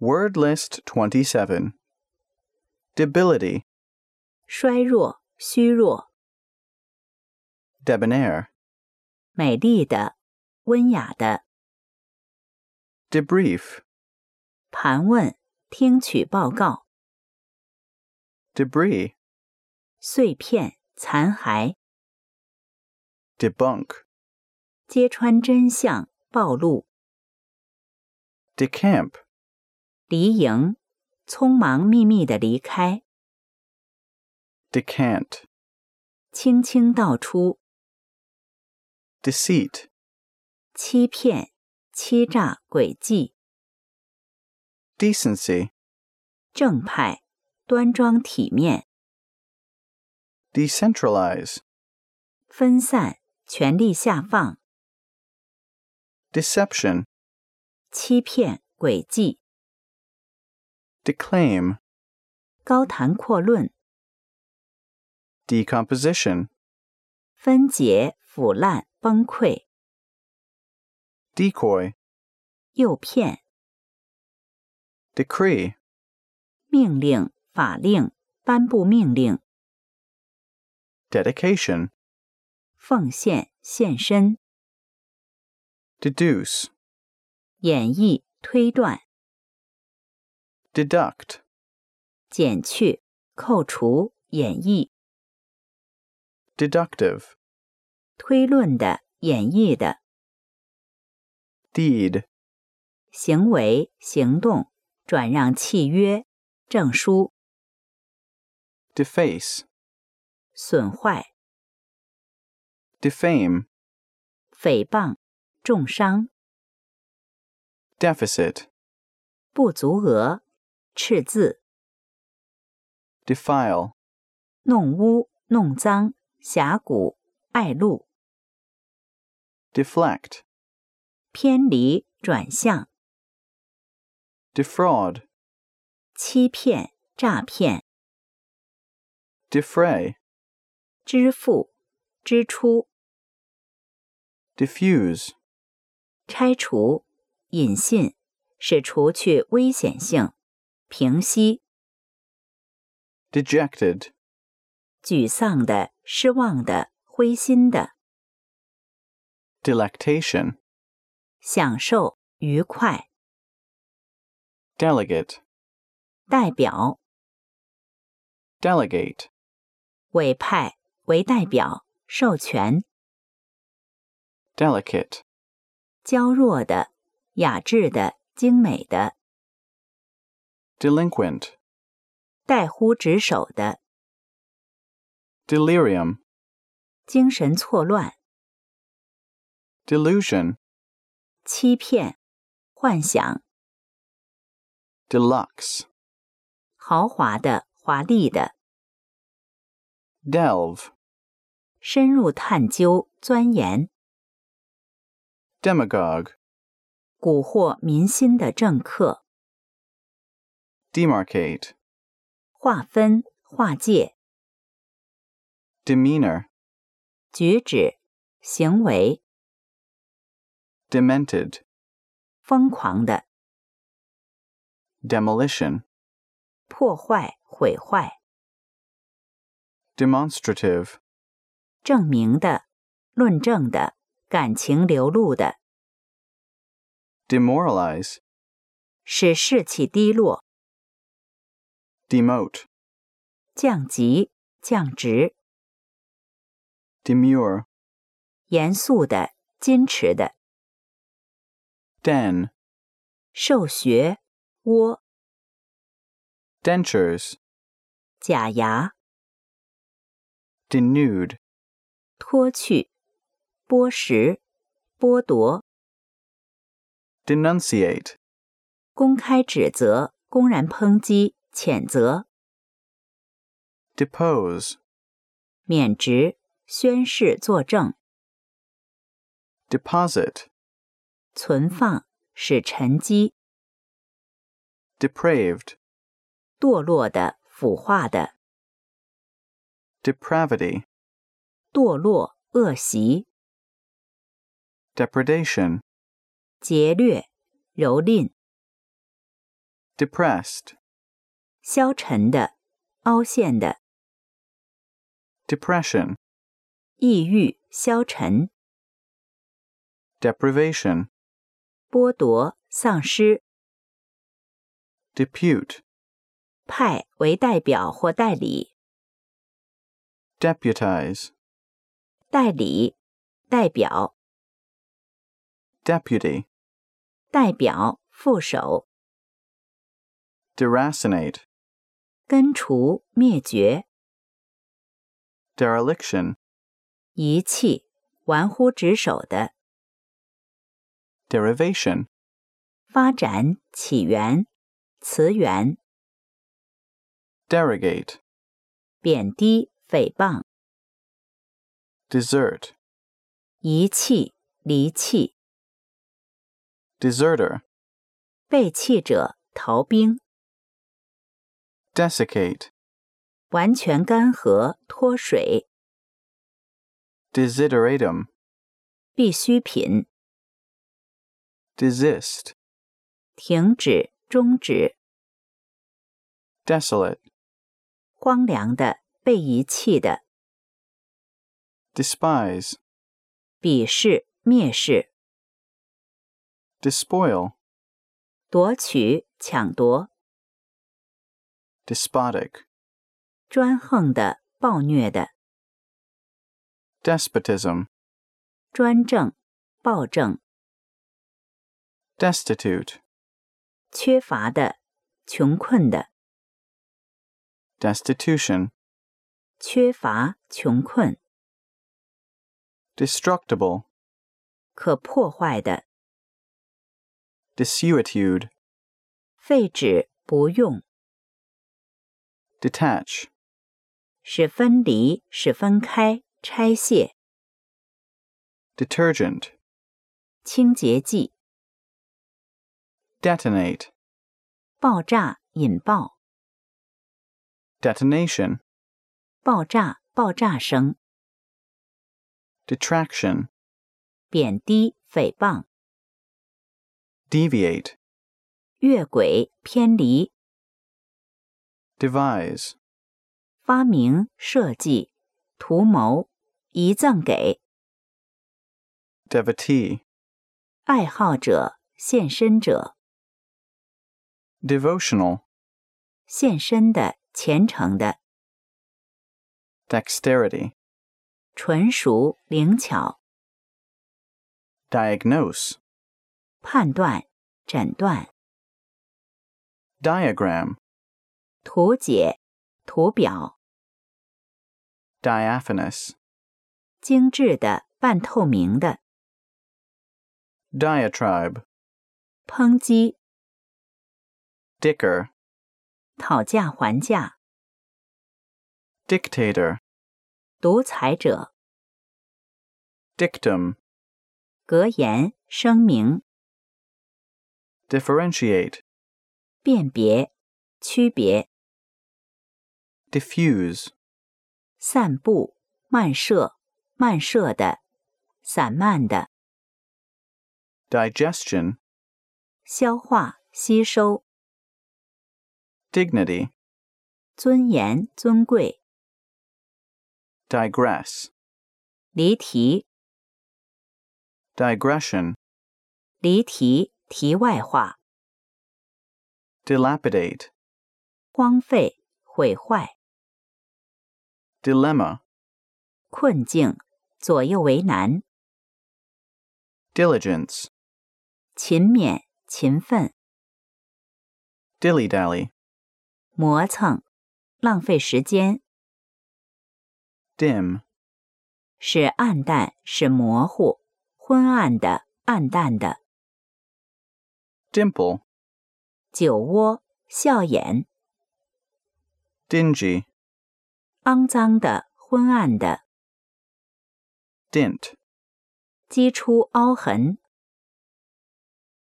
Word list 27. Debility, 衰弱、虚弱、 debonair, 美丽的、温雅的、 debrief, 盘问、听取报告、 debris, 碎片、残骸、 debunk, 揭穿真相、暴露、 decamp, 离营、匆忙秘密的离开、 decant, 轻轻道出、 deceit, 欺骗、欺诈、诡计、 decency, 正派、端庄体面、 decentralize, 分散、权力下放、 deception, 欺骗、诡计、 declaim, 高谈阔论、 decomposition, 分解、腐烂、崩溃、 decoy, 诱骗、 decree, 命令、法令、颁布命令、 dedication, 奉献、献身、 deduce, 演绎、推断、 deduct, 减去、扣除、演绎、 deductive, 推论的、演绎的 deed, 行为、行动、转让契约、证书、 deface, 损坏、 defame, 诽谤、重伤、 deficit, 不足额、赤字、 defile, 弄污、弄脏、峡谷、隘路、 deflect, 偏离、转向、 defraud, 欺骗、诈骗、 defray, 支付、支出、 diffuse, 拆除、引信，是除去危险性、平息、 dejected, 沮丧的、失望的、灰心的、 delectation, 享受、愉快、 delegate, 代表、 delegate, 委派、为代表、授权、 delicate, 娇弱的、雅致的、精美的、 delinquent, 代乎职守的、 delirium, 精神错乱、 delusion, 欺骗、幻想、 deluxe, 豪华的、华丽的、 delve, 深入探究、钻研、 demagogue, 蛊惑民心的政客。 demarcate, 划分、划界、 demeanor, 举止、行为、 demented, 疯狂的 demolition, 破坏、毁坏、 demonstrative, 证明的、论证的、感情流露的， demoralize, 使士气低落、 demote, 降级、降职、 demure, 严肃的、矜持的、 den, 受学、窝、 dentures, 假牙、 denude, 脱去、剥蚀、剥夺、 denunciate, 公开指责、公然抨击、谴责、 depose, 免职、宣誓作证。 deposit, 存放，使沉积、 depraved, 堕落的、腐化的、 depravity, 堕落、恶习、 depredation, 劫掠、蹂躏、 depressed, 消沉的、凹陷的、 depression, 抑郁、消沉、 deprivation, 剥夺、丧失。 depute, 派为代表或代理， deputize, 代理、代表、 deputy, 代表、副手、 deracinate, 根除、灭绝、 dereliction, 遗弃、玩忽职守的 derivation, 发展起源、词源、 derogate, 贬低、诽谤、 desert, 遗弃、离弃、 deserter, 背弃者、逃兵、 desiccate, 完全干涸、脱水、 desideratum, 必需品、 desist, 停止、终止、 desolate, 荒凉的、被遗弃的、 despise, 鄙视、蔑视。 despoil, 夺取、抢夺、 despotic, 专横的、暴虐的、 despotism, 专政、暴政、 destitute, 缺乏的、穷困的、 destitution, 缺乏、穷困、 destructible, 可破坏的、 desuetude, 废止、不用、 detach, 使分离、使分开、拆卸、 detergent, 清洁剂、 detonate, 爆炸、引爆、 detonation, 爆炸、爆炸声、 detraction, 贬低、诽谤、 deviate, 越轨、偏离、 devise, 发明、设计、图谋、遗赠给。 devotee, 爱好者、献身者、 devotional, 献身的、虔诚的、 dexterity, 纯熟、灵巧、 diagnose, 判断、诊断、 diagram, 图解、图表、 diaphanous, 精致的、半透明的、 diatribe, 抨击、 dicker, 讨价还价、 dictator, 独裁者、 dictum, 格言、声明、 differentiate, 辨别、区别、 diffuse, 散布、漫射、漫射的、散漫的、 digestion, 消化、吸收、 dignity, 尊严、尊贵。 digress, 离题， digression, 离题，题外话， dilapidate, 荒废，毁坏， dilemma, 困境，左右为难， diligence, 勤勉，勤奋， dilly dally, 磨蹭，浪费时间， dim, 使暗淡，使模糊，昏暗的，暗淡的， dimple, 酒窝，笑眼， dingy, 肮脏的，昏暗的， dint, 激出凹痕，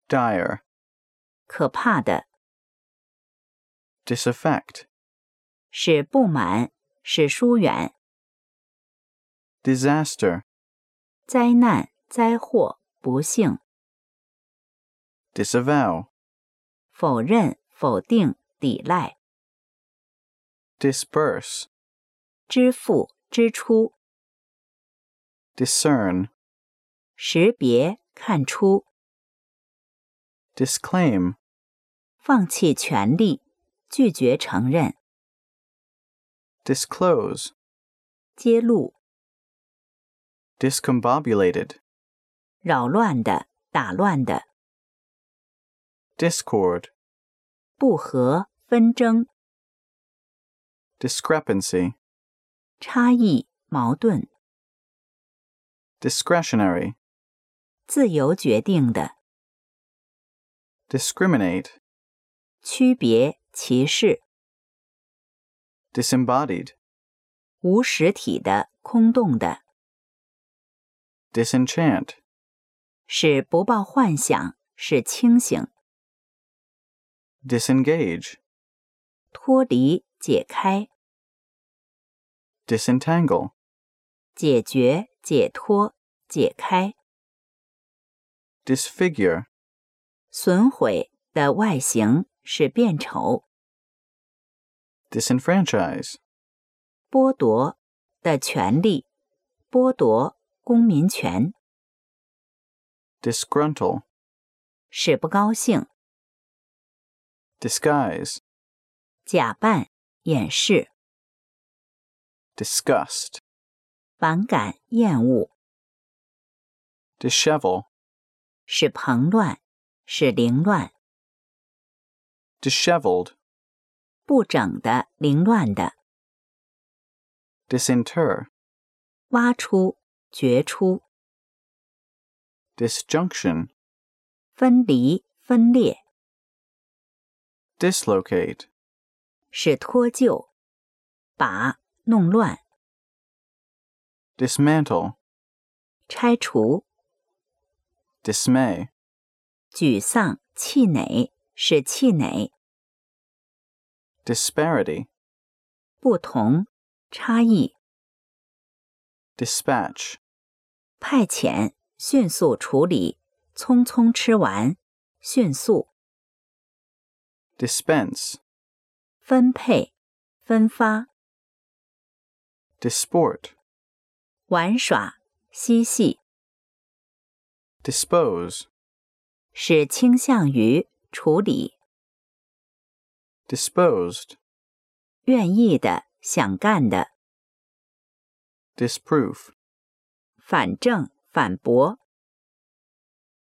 dire, 可怕的， disaffect, 使不满，使疏远， disaster, 灾难，灾祸，不幸， disavow, 否认，否定、抵赖、 disperse, 支付、支出、 discern, 识别、看出、 disclaim, 放弃权利、拒绝承认、 disclose, 揭露、 discombobulated, 扰乱的、打乱的、 discord, 不和、纷争、 discrepancy, 差异、矛盾、 discretionary, 自由决定的、 discriminate, 区别、歧视、 disembodied, 无实体的、空洞的， disenchant, 使不抱幻想，使清醒、 disengage, 脱离、解开、 disentangle, 解决、解脱、解开、 disfigure, 损毁的外形，使变丑、 disenfranchise, 剥夺的权利，剥夺公民权， disgruntle, 使不高兴、 disguise, 假扮、掩饰、 disgust, 反感、厌恶， dishevel, 使蓬乱，使凌乱。 disheveled, 不整的、凌乱的， disinter, 挖出、掘出、 disjunction, 分离、分裂， dislocate, 使脱臼、把、弄乱、 dismantle, 拆除、 dismay, 沮丧、气馁，使气馁、 disparity, 不同、差异、 dispatch, 派遣、迅速处理、匆匆吃完、迅速 dispense, 分配、分发、 disport, 玩耍、嬉戏， dispose, 使倾向于处理、 disposed, 愿意的、想干的。 disproof, 反正、反驳、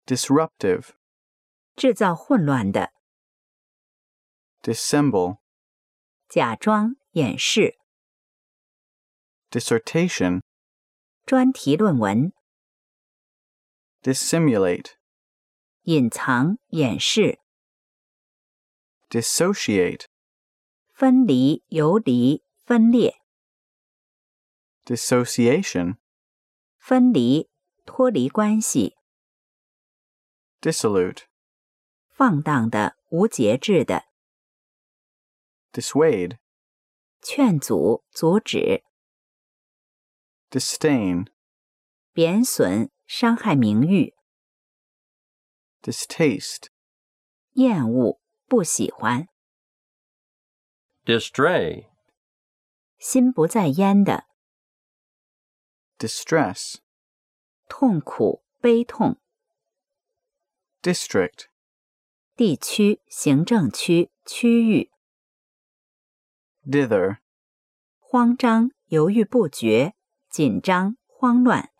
disruptive, 制造混乱的、 dissemble, 假装、掩饰、 dissertation, 专题论文、 dissimulate, 隐藏、掩饰、 dissociate, 分离、游离、分裂、 dissociation, 分离、脱离关系、 dissolute, 放荡的、无节制的、 dissuade, 劝阻、阻止、 disdain, 贬损、伤害名誉、 distaste, 厌恶、不喜欢、 distray, 心不在焉的、 distress, 痛苦、悲痛、 district, 地区、行政区、区域、 dither, 慌张、犹豫不决、紧张、慌乱。